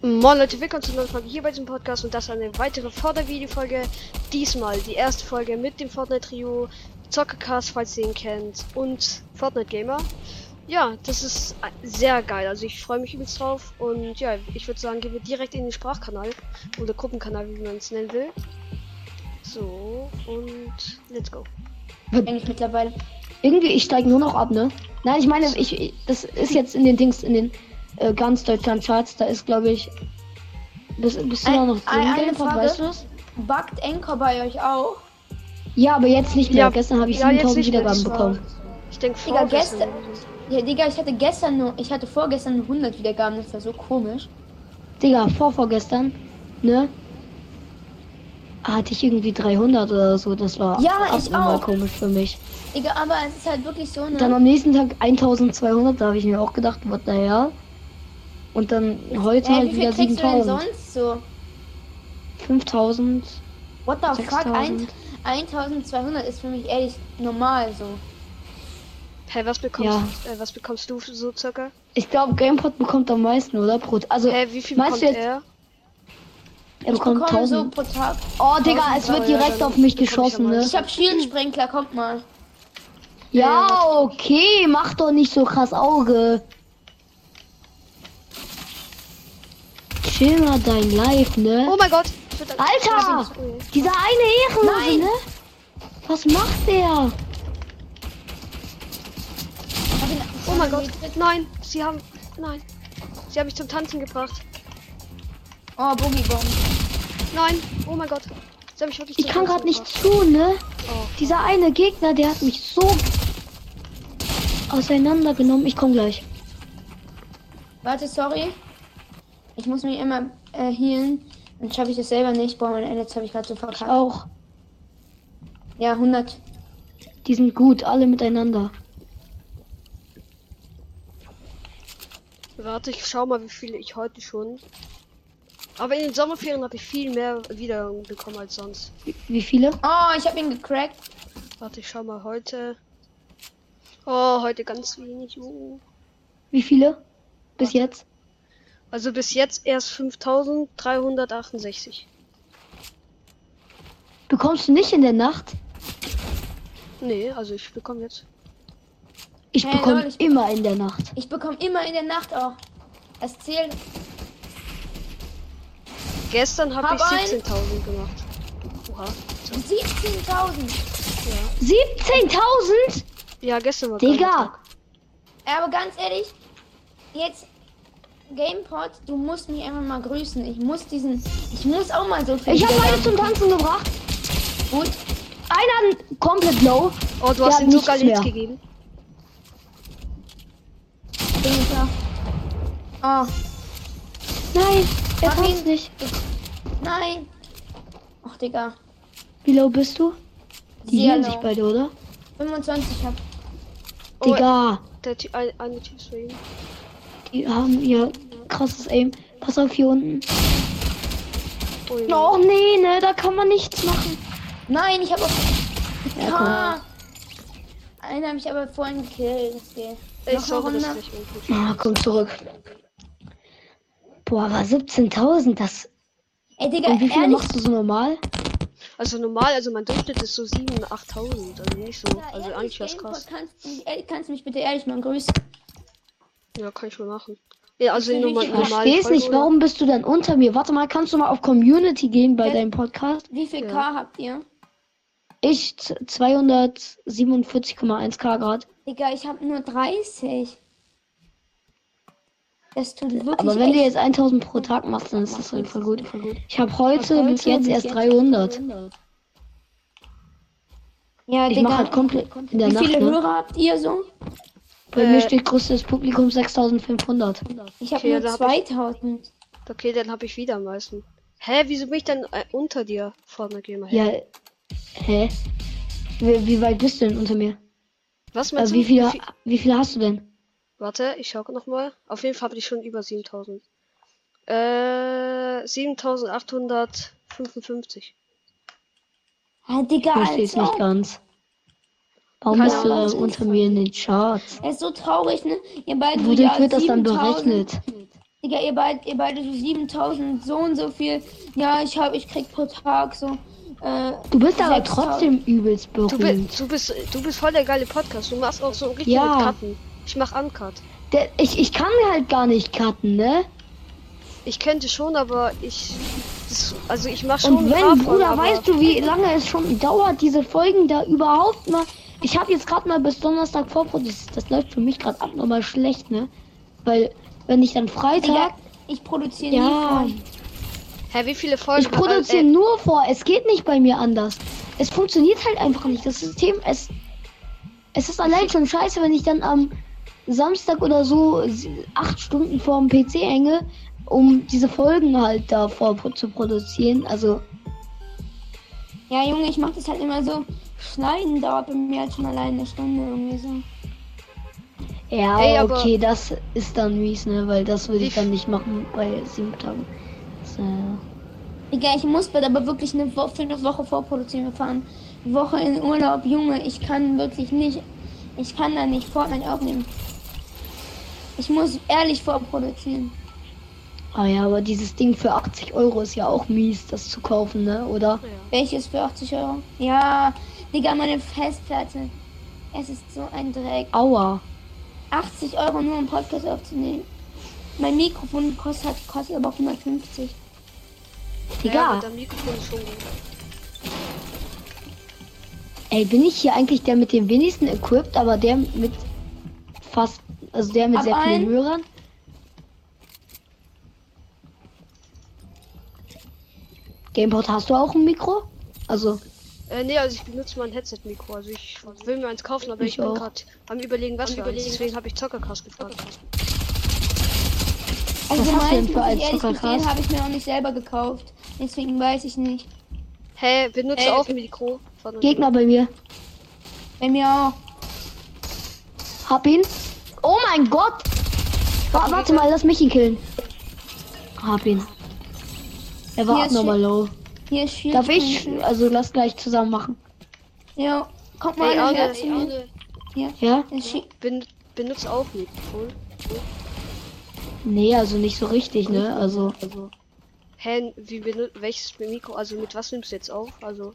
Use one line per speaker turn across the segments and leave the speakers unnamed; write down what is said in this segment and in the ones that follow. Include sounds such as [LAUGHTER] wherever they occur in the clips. Moin Leute, willkommen zu einer neuen Folge hier bei diesem Podcast und das eine weitere Fortnite-Videofolge. Diesmal die erste Folge mit dem Fortnite-Trio, Zockercast, falls ihr ihn kennt, und Fortnite-Gamer. Ja, das ist äh, sehr geil, also ich freue mich übelst drauf und ja, ich würde sagen, gehen wir direkt in den Sprachkanal oder Gruppenkanal, wie man es nennen will. So, und let's go.
wird eigentlich mittlerweile. Irgendwie, ich steige nur noch ab, ne? Nein, ich meine, ich, ich- das ist jetzt in den Dings, in den äh, ganz Deutschland Charts, da ist, glaube ich, bist, bist du
Ein-
da noch
ein-
drin,
eine
Gamepod,
Frage.
weißt du das?
Buggt Anchor bei euch auch?
Ja, aber jetzt nicht mehr.
Ja,
Gestern habe ich
ja, jetzt
7000
nicht mehr, das
Wiedergaben
war-
bekommen.
Ich denke,
Digga, gestern- Ja, Digga, ich hatte gestern nur, ich hatte vorgestern 100 Wiedergaben, das war so komisch.
Digga, vorvorgestern, ne? Hatte ich irgendwie 300 oder so, das war
Ja, ich
abnormal
auch.
komisch für mich.
Digga, aber es ist halt wirklich so,
Dann
ne?
am nächsten Tag 1200, da habe ich mir auch gedacht, what the hell? Und dann heute
Ey,
halt
wie viel
wieder
kriegst du denn
7000,
sonst so?
5000.
What the fuck?
6000.
Ein- 1200 ist für mich ehrlich normal so.
Hey, was bekommst, äh, was bekommst du so circa?
Ich glaube, GamePod bekommt am meisten, oder? Pro also,
Hey, wie viel
meinst
bekommt
du jetzt,
er?
er
Ich
bekommt
bekomme so
1000.
pro Tag.
oh, Digga, es wird
Euro, ja,
direkt
dann
auf mich
bekomm ich am
geschossen, ne?
Ich hab Schildensprenkler, kommt mal.
Ja, okay, mach doch nicht so krass Auge. Chill mal dein Live, ne?
Oh mein Gott! ich würd-
Alter! Dieser eine Ehrenlose,
Nein.
ne? Was macht der?
Ich hab ihn-
Oh mein Gott, nein, sie haben. Nein. Sie haben mich zum Tanzen gebracht.
Oh, Boogie Bomb.
Nein, oh mein Gott. Sie haben mich wirklich
Ich
zum
kann
Tanzen
gerade nicht
gebracht.
zu, ne?
Oh.
Dieser eine Gegner, der hat mich so auseinandergenommen. Ich komm gleich.
Warte, sorry. Ich muss mich immer äh, healen. Dann schaffe ich das selber nicht. Boah, mein Ende habe ich gerade so verkackt.
Auch.
Ja, 100.
Die sind gut, alle miteinander.
Warte, ich schau mal, wie viele ich heute schon. Aber in den Sommerferien habe ich viel mehr Wiederungen bekommen als sonst.
Wie, wie viele?
Oh, ich habe ihn gecrackt.
Warte, ich schau mal heute. Oh, heute ganz wenig. Uh.
Wie viele? Bis jetzt?
Also bis jetzt erst 5368.
Bekommst du nicht in der Nacht?
Nee, also ich bekomme jetzt.
Ich
Hey,
bekomme
lol, ich bekomm-
immer in der Nacht.
Ich bekomme immer in der Nacht auch. Das zählt.
Gestern habe
Hab
ich
ein-
17.000 gemacht. Oha.
17.000.
17.000?
Ja, gestern war kein
Digga,
Tag.
Ja, Aber ganz ehrlich, jetzt GamePod, du musst mich einfach mal grüßen. Ich muss diesen, ich muss auch mal so viel.
ich habe
Wiedergaben
eine zum
bekommen.
Tanzen gebracht.
Gut.
Einer n- komplett low.
Oh, du
Wir
hast
haben
ihm
nichts
sogar Leads
mehr.
gegeben.
Bin ich da. Oh,
Nein, er
Mach
tanzt
ihn.
nicht.
nein. Ach, Digga.
Wie low bist du? Die
Sehr
hielen sich
low.
beide, oder?
25 hab.
Oh,
Digga,
Der Ty ein, eine Typ ist bei ihm.
die haben ihr krasses Aim. Pass auf hier unten.
Oh, Junge.
Oh nee, ne, da kann man nichts machen.
Nein, ich habe auch.
Ja,
Ah. Einen habe ich aber vorhin gekillt. Das geht.
Ey,
Noch
sorry,
eine
das ist
Runde.
nicht ungut.
Ah, komm zurück. Boah, aber 17.000, das.
Ey, Digga,
Und wie viel
ehrlich,
machst du so normal?
Also normal, also mein Durchschnitt ist so 7.000, 8.000, also nicht so.
Ja,
Also
ehrlich,
eigentlich wär's
Gamepod,
krass.
Kannst du, mich, ehrlich- kannst du mich bitte ehrlich mal grüßen?
Ja, kann ich mal machen. Ja, also in normal,
Ich
Ich
normal.
versteh's nicht, warum bist du dann unter mir? Warte mal, kannst du mal auf Community gehen bei
Ja.
deinem Podcast?
Wie viel
Ja.
K habt ihr?
Ich z- 247,1k Grad.
Digga, ich hab nur 30. Das tut wirklich
Aber wenn du
echt-
jetzt 1000 pro Tag machst, dann ist das auf jeden Fall gut. Ich habe heute
Heute
bis jetzt erst 300.
Ja,
Ich
Digga,
mache halt komplett in der
wie
Nacht.
viele
Ne?
Hörer habt ihr so?
Bei
Äh,
mir steht größtes Publikum 6500.
Ich habe
Okay,
nur
da hab
2000.
Okay, dann hab ich wieder am meisten. Hä, wieso bin ich denn äh, unter dir, Fortnite Gamer? Hä?
Ja. Hä? Wie, wie weit bist du denn unter mir?
Was
Äh,
meinst
wie,
du?
viele, wie viele hast du denn?
Warte, ich schau nochmal. Auf jeden Fall hab ich schon über 7.000. Äh, 7.855.
Ah, Digga,
Ich verstehe es
also,
nicht ganz. Warum
Keine
bist du
Ahnung,
dann
was
unter mir in den Charts?
das ist so traurig, ne? Ihr beiden so,
Wodurch
ja,
wird das dann
7000.
berechnet?
Digga, ihr, beid, ihr beide so 7000, so und so viel. Ja, ich hab, ich krieg pro Tag so. Äh,
Du bist aber
6000.
trotzdem übelst
Du,
berühmt.
bist, du, bist, du bist voll der geile Podcast. Du machst auch so richtige
Ja.
Karten. Ich mach Uncut.
Der, ich, ich kann halt gar nicht cutten, ne?
Ich könnte schon, aber ich. Das, also ich mach schon.
Und wenn,
Grafung,
Bruder,
aber-
weißt du, wie lange es schon dauert, diese Folgen da überhaupt mal. Ich habe jetzt gerade mal bis Donnerstag vorproduziert. Das läuft für mich gerade abnormal schlecht, ne? Weil, wenn ich dann
Digga,
Freitag.
ich produziere
Ja,
nie Porn.
Hä, wie viele Folgen?
ich produziere
Äh,
nur vor. Es geht nicht bei mir anders. Es funktioniert halt einfach nicht. Das System, es. Es ist allein schon scheiße, wenn ich dann am Samstag oder so sie- acht Stunden vorm PC hänge, um diese Folgen halt da vor zu produzieren. Also.
Ja, Junge, ich mach das halt immer so. Schneiden dauert bei mir halt schon allein eine Stunde irgendwie so.
Ja,
Ey, aber-
okay, das ist dann mies, ne? Weil das würde
Wie
ich dann
f-
nicht machen bei sieben Tagen. äh, So.
Digga, ich muss bald aber wirklich eine Woche, für eine Woche vorproduzieren. Wir fahren eine Woche in Urlaub. Junge, ich kann wirklich nicht. Ich kann da nicht Fortnite aufnehmen. Ich muss ehrlich vorproduzieren.
Ah ja, aber dieses Ding für 80 Euro ist ja auch mies, das zu kaufen, ne? Oder?
ja.
Welches für 80 Euro? Ja, Digga, meine Festplatte. Es ist so ein Dreck.
Aua.
80 Euro nur um Podcast aufzunehmen. Mein Mikrofon kostet, kostet aber 150.
Ja,
Digga.
mit dem Mikrofon ist schon gut.
Ey, bin ich hier eigentlich der mit dem wenigsten equipped, aber der mit fast, also der mit
Ab
sehr vielen
ein.
Hörern? Gameport, hast du auch ein Mikro? Also,
Äh, nee, also ich benutze mein Headset-Mikro. Also ich will mir eins kaufen, aber
Ich
ich, bin
auch.
gerade am überlegen, was wir überlegen.
überlegen,
Deswegen habe ich Zockercast gefragt.
Also
hast du
meins,
denn für
muss
ein
ich ehrlich
Zuckerglas?
gestehen, habe ich mir auch nicht selber gekauft. Deswegen weiß ich nicht.
Hä, benutze
Ey.
auch ein Mikro. Von
äh, Gegner bei mir.
Bei mir auch.
Hab ihn. Oh mein Gott! Wa warte mal, lass mich ihn killen. Hab ihn. Er war
Hier ist
abnormal low.
Hier ist viel.
Darf ich? Also lass gleich zusammen machen.
Ja, kommt mal
Ey,
einer
Arne,
her zu
ey,
mir.
Arne,
Ja?
Der schie-
ben, benutze auch Mikrofon.
Nee, also nicht so richtig, ne? Also.
Hä, wie benu- welches Mikro? Also mit was nimmst du jetzt auf? Also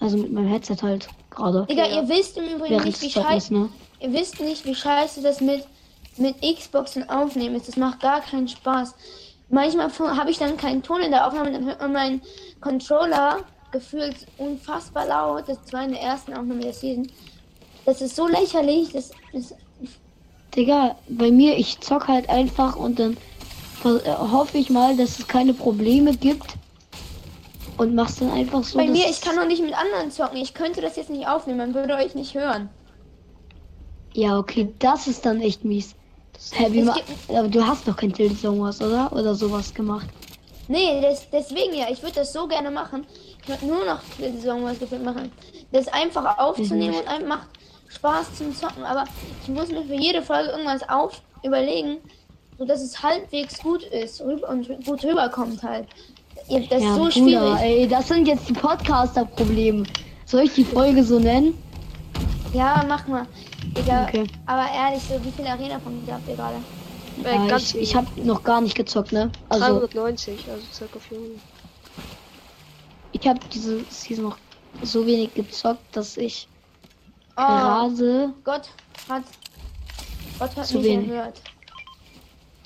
Also mit meinem Headset halt gerade.
Digga, ihr wisst im Übrigen
Während
nicht, wie
es dort ist,
scheiße.
ne?
Ihr wisst nicht, wie scheiße das mit, mit Xboxen aufnehmen ist. Das macht gar keinen Spaß. Manchmal fu- habe ich dann keinen Ton in der Aufnahme, dann hört man meinen Controller gefühlt unfassbar laut. Das war in der ersten Aufnahme der Season. Das ist so lächerlich. Das ist,
Digga, bei mir, ich zock halt einfach und dann ver- äh, hoffe ich mal, dass es keine Probleme gibt. Und mach's dann einfach so.
bei
dass-
mir, ich kann noch nicht mit anderen zocken. Ich könnte das jetzt nicht aufnehmen, man würde euch nicht hören.
Ja, okay, das ist dann echt mies. Hä, wie
Es
ma
gibt-
aber du hast doch kein Tilted Songbars, oder? Oder sowas gemacht.
Nee, des, deswegen ja. Ich würde das so gerne machen. Ich würde nur noch Saison was gefühlt machen. Das einfach aufzunehmen
Mhm.
und einem macht Spaß zum Zocken. Aber ich muss mir für jede Folge irgendwas auf überlegen, sodass es halbwegs gut ist rüber- und gut rüberkommt halt. Ihr- Das ist so
Bruder,
schwierig.
ey, das sind jetzt die Podcaster-Probleme. Soll ich die Folge so nennen?
Ja, mach mal. Egal.
Okay.
Aber ehrlich, so wie viele Arena-Punkte habt ihr gerade?
äh,
Ja,
ganz
ich
wenig.
ich habe noch gar nicht gezockt, ne? Also,
390, also circa 400.
ich habe diese Season noch so wenig gezockt, dass ich
Oh,
gerade...
Gott hat. Gott hat
Zu
mich
wenig.
erhört.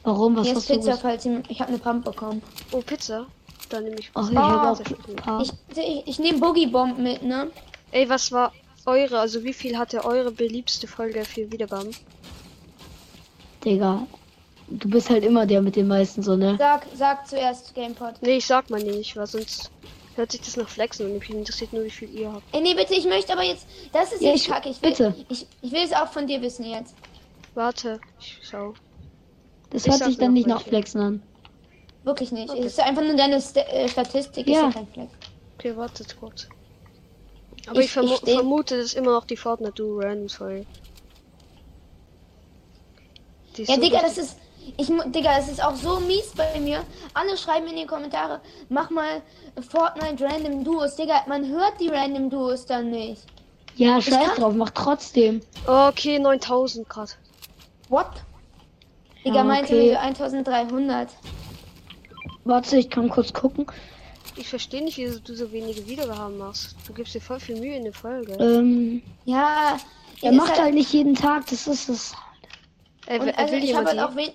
Warum? Was
Hier ist
hast du
Pizza,
gesagt?
falls ihr, ich habe eine Pump bekommen.
Oh, Pizza? Dann nehme ich Ah,
Ach, ich
Oh,
hab auch
sehr
ein
schön.
paar.
Ich, ich, ich nehme Boogie Bomb mit, ne?
Ey, was war eure, also wie viel hatte eure beliebteste Folge für Wiedergaben?
Digga, du bist halt immer der mit den meisten, so, ne?
Sag, sag zuerst Gamepod.
Nee, ich sag mal nicht, weil sonst hört sich das nach Flexen und mich interessiert nur, wie viel ihr habt.
Ey, nee, bitte, ich möchte aber jetzt. Das ist
Ja,
jetzt
ich-
kacke. Ich will,
bitte.
Ich, ich will es auch von dir wissen jetzt.
Warte, ich schau.
Das
Ich
hört
sag
sich dann
noch
nicht nach
welche.
Flexen an.
Wirklich nicht.
Okay.
Es ist einfach nur deine St äh, Statistik.
Ja.
Ist ja kein Fleck.
Okay, wartet kurz. Aber ich,
Ich-
vermu
ich steh-
vermute, das ist immer noch die Fortnite Du Random Folge. Die ist
Ja,
so
Digga,
richtig-
das ist. Ich, mu- Digga, das ist auch so mies bei mir. Alle schreiben in die Kommentare, mach mal Fortnite Random Duos. Digga, man hört die Random Duos dann nicht.
Ja, scheiß
kann-
Oh,
drauf, mach trotzdem.
Okay, 9000 grad.
What? Digga,
Ja,
meinte
okay.
mir 1300.
Warte, ich kann kurz gucken.
Ich verstehe nicht, wieso du so wenige Wiedergaben machst. Du gibst dir voll viel Mühe in der Folge.
Ähm,
Ja,
er
ist
macht halt nicht jeden Tag, das ist es.
Äh,
und
will-
also
will
ich
jemand
habe halt
die?
auch wen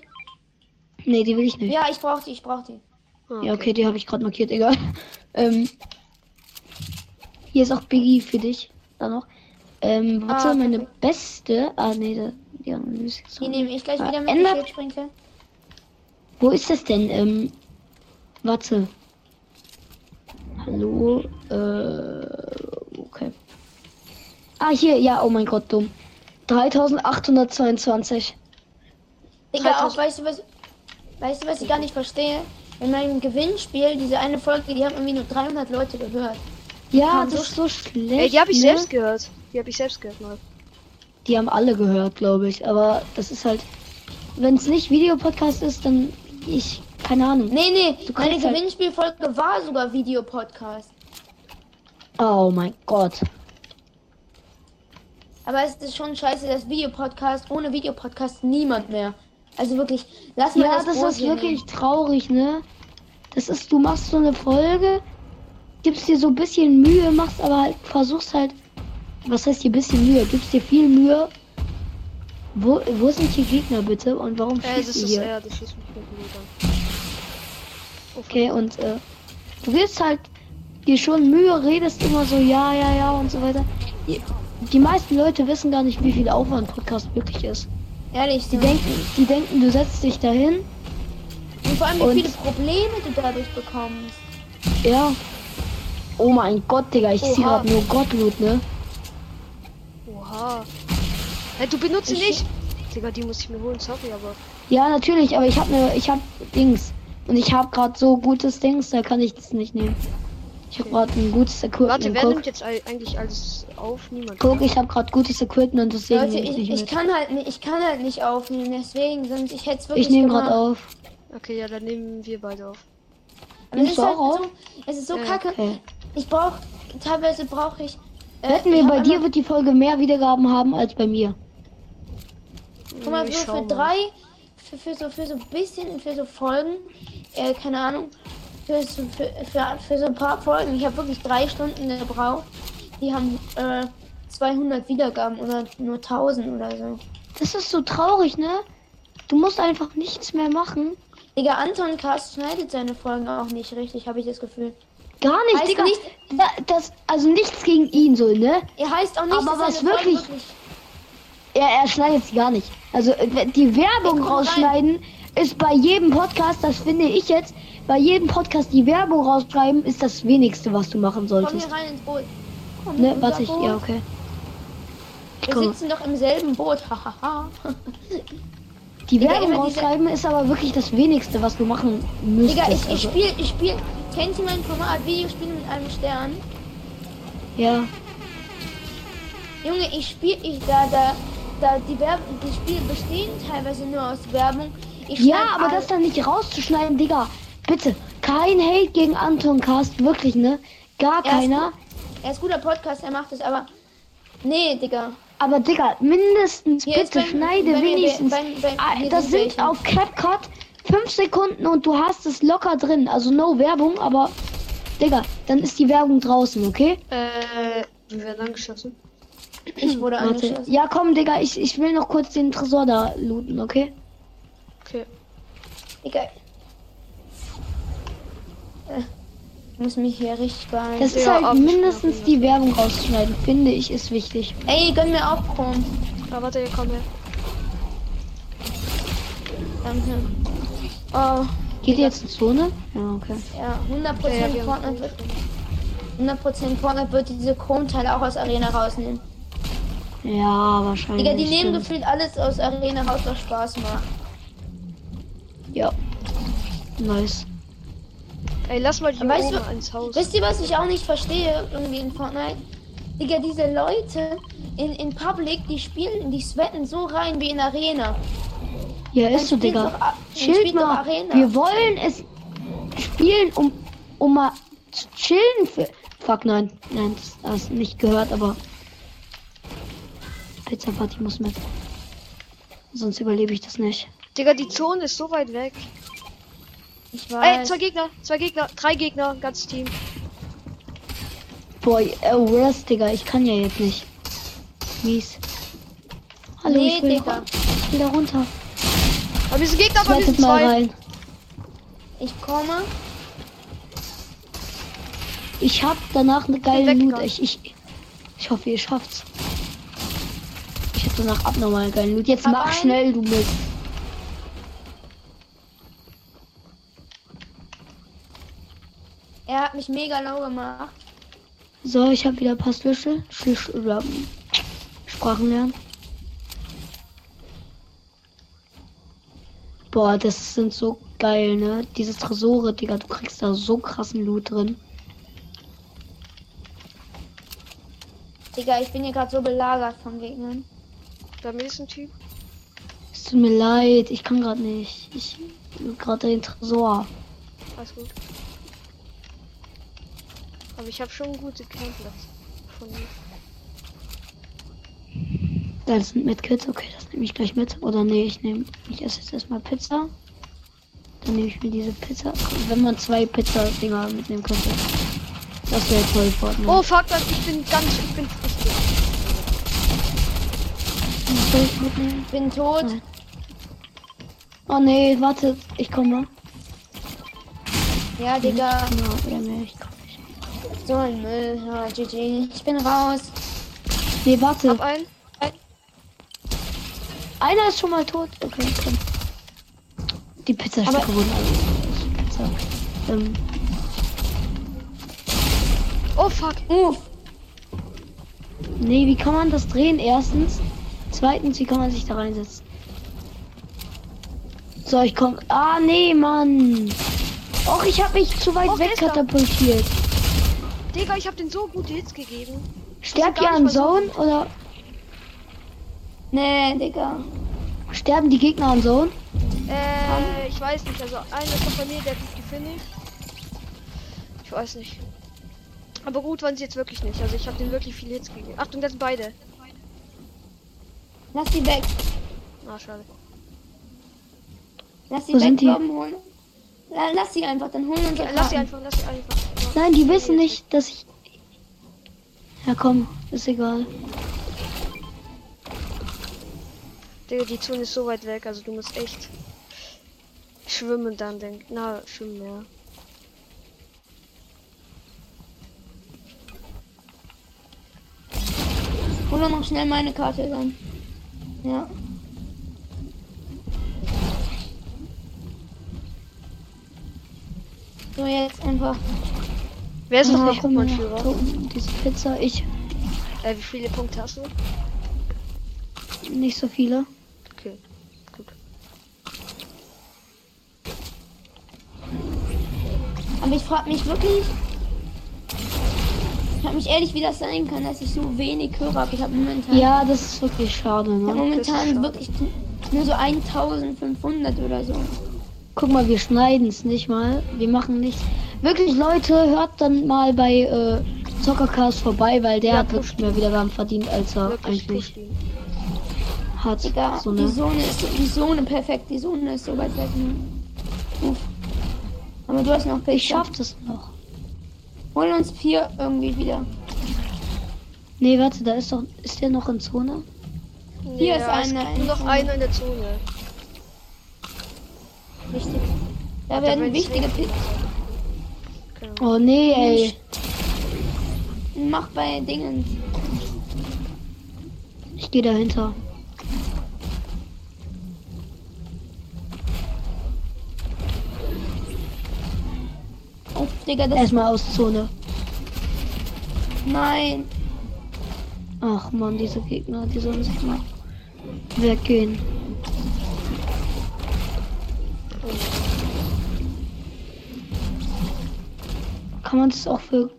Nee, die will ich nicht.
Ja, ich brauche die, ich brauche die.
Ah,
Ja, okay, die habe ich gerade markiert, egal. [LAUGHS] Ähm, hier ist auch Biggie für dich. Da noch. Ähm, warte,
Ah,
meine
perfekt.
beste. Ah, nee, da, die haben wir jetzt
Die
noch.
nehme ich gleich
Ah,
wieder mit.
ändert-
die Schildsprenkel.
Wo ist das denn? Ähm, warte. Hallo? Äh, okay. Ah, hier, ja, oh mein Gott, dumm. 3822.
Digga, auch
3000.
weißt du was? Weißt du was ich gar nicht verstehe? In meinem Gewinnspiel, diese eine Folge, die haben irgendwie nur 300 Leute gehört.
Ja,
Mann,
das
so
ist so schlecht.
Ah, Ey, die habe ich
ne?
selbst gehört. Die habe ich selbst gehört mal.
Die haben alle gehört, glaube ich. Aber das ist halt. Wenn es nicht Videopodcast ist, dann. Ich. Keine Ahnung.
Nee, nee,
Du
meine
kriegst halt-
Gewinnspielfolge war sogar Videopodcast.
Oh mein Gott.
Aber es ist schon scheiße, dass Videopodcast ohne Videopodcast niemand mehr. Also wirklich, lass mal
Ja,
das,
das
Brot
ist
hier
wirklich traurig, ne? Das ist, du machst so eine Folge, gibst dir so ein bisschen Mühe, machst aber halt, versuchst halt, was heißt hier ein bisschen Mühe? Gibst dir viel Mühe. Wo, wo sind hier Gegner bitte und warum
Äh,
schießt
das
ihr
ist
hier?
er, das schießt mich mit dem Bogen.
Okay, und äh, du gibst halt dir schon Mühe, redest immer so, ja, ja, ja und so weiter. Die, die meisten Leute wissen gar nicht, wie viel Aufwand Podcast wirklich ist.
nehmen. Ehrlich,
Die,
so.
denken, die denken, du setzt dich dahin,
und vor allem, wie
und-
viele Probleme du dadurch bekommst.
ja. Oh mein Gott, Digga, ich zieh
Oha.
grad nur Gottlob, ne?
Oha. Hä, du benutzt ihn
Ich-
nicht? Digga, die muss ich mir holen, sorry, aber.
Ja, natürlich, aber ich hab ne, ich hab Dings. Und ich hab grad so gutes Dings, da kann ich das nicht nehmen. Ich hab grad ein gutes
Warte,
Equipment.
wer nimmt
guck,
jetzt all- eigentlich alles auf? Niemand. ne?
guck, ich hab grad gutes Equipment, deswegen
Leute,
nehm ich,
ich,
nicht
ich
mit.
kann halt nicht, ich kann halt nicht aufnehmen, deswegen, sonst ich hätte es wirklich
ich nehme grad
gemacht.
auf.
Okay, ja, dann nehmen wir beide auf.
Aber es
Nimmst
ist
du
halt
auch
so, es ist so
Ja,
kacke.
okay.
Ich brauche, teilweise brauche ich. Äh,
Wetten wir,
ich hab
bei dir
einmal-
wird die Folge mehr Wiedergaben haben als bei mir.
Guck mal,
Ich
so
schau mal.
für drei, für, für so für so ein bisschen, für so Folgen, äh, keine Ahnung, für, so- für, für, für so ein paar Folgen. Ich habe wirklich drei Stunden gebraucht. Die haben äh, 200 Wiedergaben oder nur 1000 oder so.
Das ist so traurig, ne? Du musst einfach nichts mehr machen.
Digga, Anton Kast schneidet seine Folgen auch nicht richtig, habe ich das Gefühl.
Gar nicht,
Heißt
Digga.
nicht-
Da- das, also nichts gegen ihn so, ne?
Er heißt auch nicht,
Aber
dass
was
seine Folgen
wirklich- Er, er schneidet sie gar nicht. Also äh, wenn die Werbung
Ja, komm
rausschneiden ist bei jedem Podcast, das finde ich jetzt, bei jedem Podcast die Werbung rausschreiben, ist das wenigste, was du machen
Komm
solltest.
hier rein ins Boot. Komm,
Ne,
unser
warte ich,
Boot.
ja, okay. Ich
Wir
komme.
sitzen doch im selben Boot. [LAUGHS] Hahaha.
Die
Digga,
Werbung
immer diese-
rausschreiben ist aber wirklich das wenigste, was du machen müsstest.
Digga, ich, ich
also.
spiel, ich spiel. Kennt ihr mein Format Videospiele mit einem Stern?
Ja.
Junge, ich spiel, ich da, da, da, die Werbung, die Spiele bestehen teilweise nur aus Werbung. Ich
Ja,
schneid
aber
all-
das dann nicht rauszuschneiden, Digga. Bitte, kein Hate gegen Anton Cast, wirklich, ne? Gar
Er ist
keiner.
gut- Er ist guter Podcast, er macht es, aber. Nee, Digga.
Aber Digga, mindestens
Hier ist
bitte
beim-
schneide
bei mir-
wenigstens.
bei- bei-
Ah,
hier
das
sind
sind
welche.
auf CapCut 5 Sekunden und du hast es locker drin. Also no Werbung, aber Digga, dann ist die Werbung draußen, okay?
Äh, wir werden angeschossen.
Ich wurde
Warte.
angeschossen.
Ja, komm, Digga, ich, ich will noch kurz den Tresor da looten, okay?
Okay.
Digga. Äh, Ich muss mich hier richtig beeilen.
Das ist
Ja,
halt
abgeschnitten,
mindestens die Werbung rauszuschneiden, finde ich, ist wichtig.
Ey, gönn mir auch Chrom.
Ah, warte, hier komm her.
Danke. Oh,
Geht ihr jetzt in Zone? Ja, okay.
ja,
Ja,
100%
ja, wir
Fortnite wird. 100% Fortnite wird diese Chromteile auch aus Arena rausnehmen.
Ja, wahrscheinlich.
Digga, die nehmen
Mhm, stimmt.
gefühlt alles aus Arena raus, was Spaß macht.
Ja. Nice.
Ey, lass mal die
Weißt
weißt
du-
Oma ins Haus.
Wisst ihr, was ich auch nicht verstehe irgendwie in Fortnite? Digga, diese Leute in, in Public, die spielen, die sweaten so rein wie in Arena.
Ja, ist so,
spielt
Digga.
doch A- dann
Schild
spielt doch
mal.
Arena.
Wir wollen es spielen, um, um mal zu chillen. Für... Fuck, nein. Nein, das hast du nicht gehört, aber. Pizza Party muss mit. Sonst überlebe ich das nicht.
Digga, die Zone ist so weit weg.
Ich
Ey,
weiß.
Äh, zwei Gegner, zwei Gegner, drei Gegner, ganzes Team.
Boah, äh, Worst, Digga, ich kann ja jetzt nicht. Mies. Hallo,
Nee,
ich will
Digga.
ich will da runter.
Aber wir sind Gegner, aber wir
Slidet
sind
mal
zwei.
rein.
Ich komme.
Ich hab danach eine geile
weg,
Loot.
Gott.
Ich, ich, ich hoffe, ihr schafft's. Ich hab danach abnormal geilen Loot. Jetzt
Hab
mach
einen.
schnell, du Mist.
Er hat mich mega low gemacht.
So, ich hab wieder ein paar Schlüssel. Schlüssel oder hm, Sprachen lernen. Boah, das sind so geil, ne? Diese Tresore, Digga, du kriegst da so krassen Loot drin.
Digga, ich bin hier gerade so belagert von Gegnern.
Da ist ein Typ.
Es tut mir leid, ich kann gerade nicht. Ich gerade den Tresor.
Alles gut. Aber ich habe schon gute Campplatz von mir.
Da sind Medkits, okay, das nehme ich gleich mit. Oder nee, ich nehme, ich esse jetzt erstmal Pizza. Dann nehme ich mir diese Pizza. Wenn man zwei Pizza-Dinger mitnehmen könnte. Das wäre toll, Fortnite.
Oh fuck, das, ich bin ganz, ich bin richtig.
was soll ich mitnehmen?
Ich bin tot.
Nein. Oh nee, warte, ich komme.
Ja, Digga.
Ja, oder mehr, ich komme nicht.
So ein Müll. Ja, GG. Ich bin raus.
Nee, warte.
Hab einen.
Einer ist schon mal tot. Okay, komm. Die Pizza ist
Aber-
gewonnen. Also, Pizza. Ähm,
Oh fuck.
Uff.
nee, wie kann man das drehen? Erstens. Zweitens, wie kann man sich da reinsetzen? So, ich komm. Ah, nee, Mann. Och, ich hab mich zu weit
Och,
weg
ist er.
katapultiert.
Digga, ich habe den so gute Hits gegeben.
Sterbt
gar
ihr
nicht
an Zone
versuchen.
oder
Nee, Digga.
sterben die Gegner an Zone?
Äh, ich weiß nicht. Also einer ist noch bei mir, der hat mich gefinisht. Ich weiß nicht. Aber gut waren sie jetzt wirklich nicht. Also ich habe den wirklich viele Hits gegeben. Achtung, das sind beide.
Lass die weg.
Na Ah, schade.
Lass die
Wo
weg.
sind die?
Bomben holen. La- Lass sie einfach. Dann holen wir uns
Ja, Äh, lass sie einfach, lass sie einfach. Ja.
Nein, die wissen nicht, dass ich. Ja, komm, ist egal.
Digga, die Zone ist so weit weg, also du musst echt schwimmen dann denken. Na, schwimmen, ja.
Hol doch noch schnell meine Karte dann. Ja. So, jetzt einfach.
Wer ist noch
Ah,
der
komm, ja,
Gruppenführer?
gucken, Diese Pizza, ich.
Äh, wie viele Punkte hast du?
Nicht so viele.
Okay, gut.
Aber ich frage mich wirklich. Ich frage mich ehrlich, wie das sein kann, dass ich so wenig Hörer habe. Ich habe momentan, ich
Ja, das ist wirklich schade,
hab
ne?
das ist
momentan wirklich nur so 1500 oder so.
Guck mal, wir schneiden es nicht mal. Wir machen nichts. Wirklich, Leute, hört dann mal bei äh, Zockercast vorbei, weil der
Ja,
hat wirklich mehr Wiedergaben verdient, als er
Wirklich
eigentlich
Pushkin.
hat.
Digga,
So,
die
ne?
Zone ist so, die Zone perfekt. Die Zone ist so weit weg. Ne? Uff. Aber du hast noch Pech.
Ich schaff das noch.
Hol uns vier irgendwie wieder.
Nee, warte, da ist doch. Ist der noch in Zone?
Ja,
ist
es
einer
gibt
in
nur noch
der
einer in der Zone.
Wichtig. Da werden
wird's
wichtige Picks.
Oh nee, ey.
Mach bei Dingen.
Ich gehe dahinter.
Oh, Digga, das
Erstmal aus Zone.
Nein.
Ach man, diese Gegner, die sollen sich mal weggehen. Kann man das auch für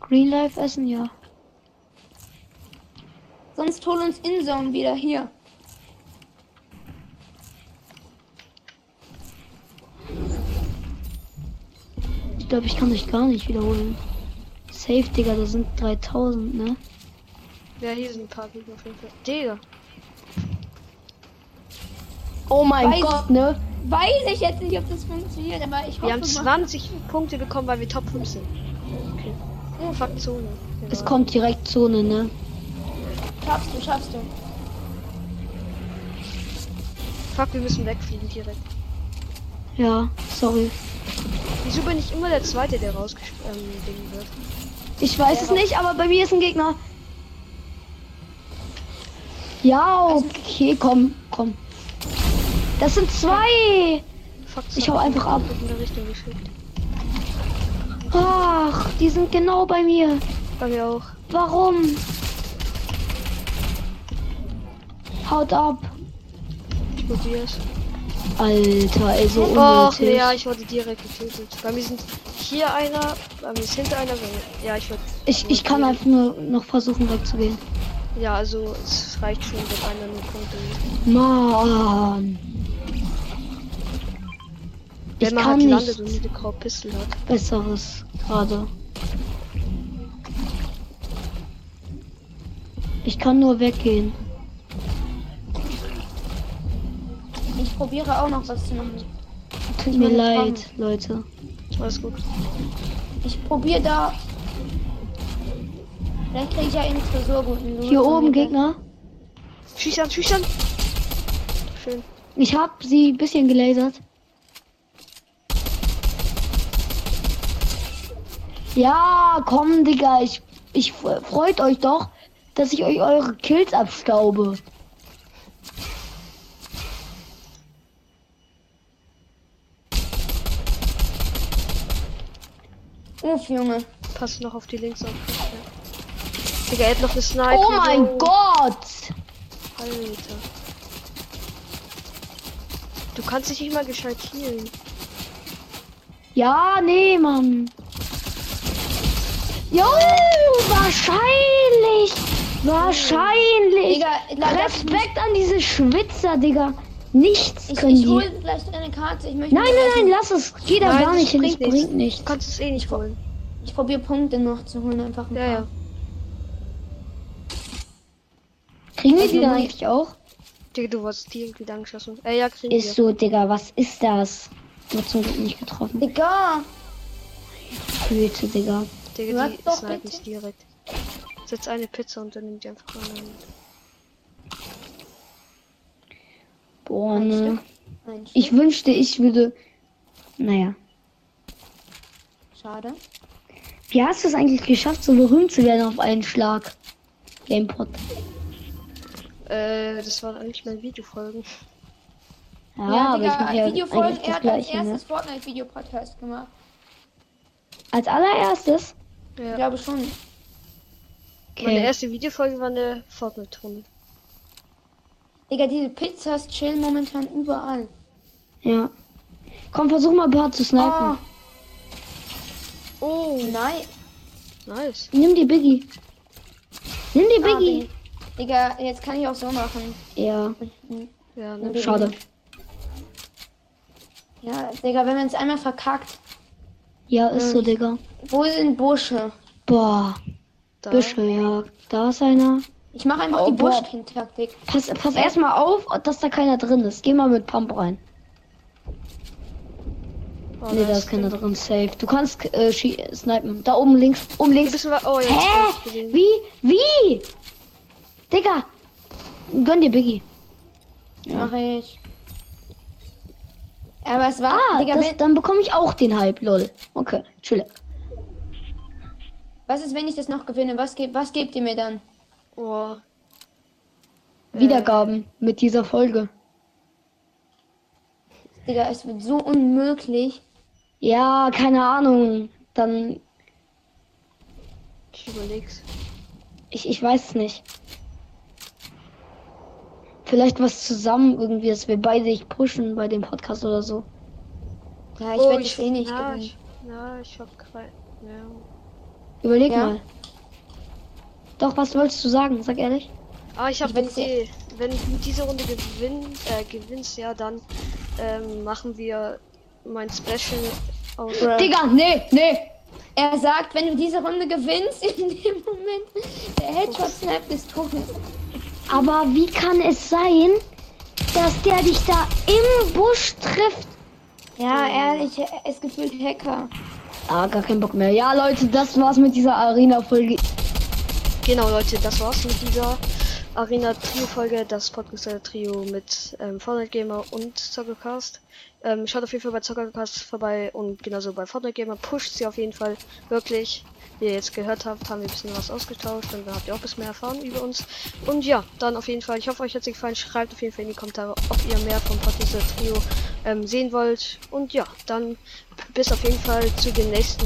Green Life essen? Ja.
Sonst hol uns Inzone wieder hier.
Ich glaube, ich kann mich gar nicht wiederholen. Safe, Digga, da sind 3000, ne?
Ja, hier sind ein paar Gegner auf jeden Fall. Digga.
Oh mein
Weiß-
Gott, ne?
Weiß ich jetzt nicht, ob das funktioniert, aber ich hoffe
Wir haben
mal.
20 Punkte bekommen, weil wir Top 5 sind. Okay. Oh, fuck Zone.
Es
Genau.
kommt direkt Zone, ne?
Schaffst du, schaffst du.
Fuck, wir müssen wegfliegen direkt.
Ja, sorry.
Wieso bin ich immer der Zweite, der rausgespielt ähm, wird?
Ich weiß es nicht, aber bei mir ist ein Gegner. Ja, okay, komm, komm. Das sind zwei.
Fuck, das
Ich
hat
hau
mich
einfach ab.
In der Richtung geschickt.
Ach, die sind genau bei mir.
Bei mir auch.
Warum? Haut ab.
Ich probier's.
Alter, also
Och,
unnötig.
nee, ja, ich wurde direkt getötet. Bei mir sind hier einer, bei mir ist hinter einer. Bei mir, ja, ich wurde.
ich, ich kann einfach nur noch versuchen wegzugehen.
Ja, also es reicht schon, wenn einer nur Punkte.
Mann. Ich
Wenn man
kann
halt landet und
nichts
eine graue Pistole hat.
Besseres gerade. Ich kann nur weggehen.
Ich probiere auch noch was zu machen.
Tut mir
meine
leid, Leute.
Alles gut.
Ich probiere da. Vielleicht kriege ich ja eh im Tresor guten Loot.
Hier
Und
oben
dann-
Gegner.
Schieß an, schieß an! Schön.
Ich hab sie ein bisschen gelasert. Ja, komm, Digga. Ich, ich f- freut euch doch, dass ich euch eure Kills abstaube.
Uff, Junge.
Pass noch auf die Links auf. Ja. Digga, er hat noch eine Sniper.
oh mein Gott!
Alter. Du kannst dich nicht mal gescheit healen.
Ja, nee, Mann. Jo, wahrscheinlich! Wahrscheinlich!
Digga, leider-
Respekt an diese Schwitzer, Digga. Nichts
Ich,
können
ich
die.
hole gleich deine Karte. Ich möchte
Nein,
mir
nein,
gleich-
nein, lass es. Geh da
Nein,
gar
das
nicht hin, das
bringt nichts.
bringt nichts.
Du kannst es eh nicht holen.
Ich probiere Punkte noch zu holen, einfach. ein
Ja, ja.
paar.
Kriegen wir die
Also
dann
mein-
eigentlich auch?
Digga, du wurdest irgendwie angeschossen. Äh, ja, kriegen
Ist
wir.
so, Digga, was ist das? Wird zum Glück nicht getroffen.
Digga.
Güte, Digga.
Digga, die
Sag doch
snipen
bitte.
nicht direkt. Setz eine Pizza und dann nimm die einfach an.
Boah,
Ein
ne.
Stück? Nein,
Ich wünschte, ich würde. Naja.
schade.
Wie hast du es eigentlich geschafft, so berühmt zu werden auf einen Schlag? Gamepod.
Äh, das waren eigentlich meine Videofolgen.
Ja,
Ja,
aber ich mache ja
Digga, Videofolgen,
eigentlich
er
das
hat als
gleiche, ne?
erstes Fortnite-Video-Podcast gemacht.
Als allererstes?
Ich
Ja.
glaube schon.
Meine
Okay.
erste Videofolge war eine Fortnite-Runde.
Digga, diese Pizzas chillen momentan überall.
Ja. Komm, versuch mal ein paar zu
Ah.
snipen.
Oh, nein.
Nice.
Nimm die Biggie. Nimm die
Ah,
Biggie.
Digga, jetzt kann ich auch so machen.
ja,
Ja, ne?
schade.
Ja, Digga, wenn man es einmal verkackt.
Ja, ist so, Digga.
Wo sind Busche?
Boah,
Da.
Büsche, ja. Da ist einer.
Ich mache einfach
Oh,
die
boah.
Buschkin-Taktik.
Pass, pass erstmal auf, dass da keiner drin ist. Geh mal mit Pump rein.
Oh,
Ne, da
nice.
ist keiner drin. Safe. Du kannst äh, schie- äh, snipen. Da oben links. Oben
Ein
links.
bisschen wa- Oh, ja, jetzt
Hä?
hab ich's gesehen.
Wie? Wie? Digga. Gönn dir Biggie. Ja.
Mache ich. Aber es war.
Ah,
Digga,
das,
wenn,
dann bekomme ich auch den Hype, lol. Okay, chill.
was ist, wenn ich das noch gewinne? Was, ge was gebt ihr mir dann?
Oh,
Äh. Wiedergaben mit dieser Folge.
Digga, es wird so unmöglich.
Ja, keine Ahnung. Dann,
ich überleg's.
ich, ich weiß es nicht. Vielleicht was zusammen irgendwie, dass wir beide dich pushen bei dem Podcast oder so.
Ja, ich
oh,
werde es eh nicht
na,
gewinnen.
ich, na, ich hab kein. Ja.
Überleg
Ja.
mal. Doch, was wolltest du sagen? Sag ehrlich.
Ah, ich
Ich
habe eine
werd's eh-
Idee. Wenn du diese Runde gewinn, äh, gewinnst, ja, dann ähm, machen wir mein Special aus.
Bruh.
Äh. Digga, nee, nee.
Er sagt, wenn du diese Runde gewinnst, in dem Moment, der Headshot-Snap des Todes.
Aber wie kann es sein, dass der dich da im Busch trifft.
Ja, ehrlich, er ist gefühlt Hacker.
Ah, gar keinen Bock mehr. Ja, Leute, das war's mit dieser Arena-Folge.
Genau, Leute, das war's mit dieser Arena Trio Folge, das Podcast Trio mit ähm, Fortnite Gamer und Zockercast. Ähm, schaut auf jeden Fall bei Zockercast vorbei und genauso bei Fortnite Gamer. Pusht sie auf jeden Fall wirklich. Wie ihr jetzt gehört habt, haben wir ein bisschen was ausgetauscht und dann habt ihr auch ein bisschen mehr erfahren über uns. Und ja, dann auf jeden Fall, ich hoffe, euch hat's gefallen. Schreibt auf jeden Fall in die Kommentare, ob ihr mehr vom Podcast Trio ähm, sehen wollt. Und ja, dann bis auf jeden Fall zu den nächsten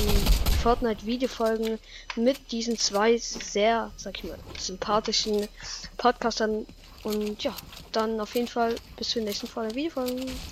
Fortnite Videofolgen mit diesen zwei sehr, sag ich mal, sympathischen Podcastern. Und ja, dann auf jeden Fall bis zur nächsten Folge Videofolgen.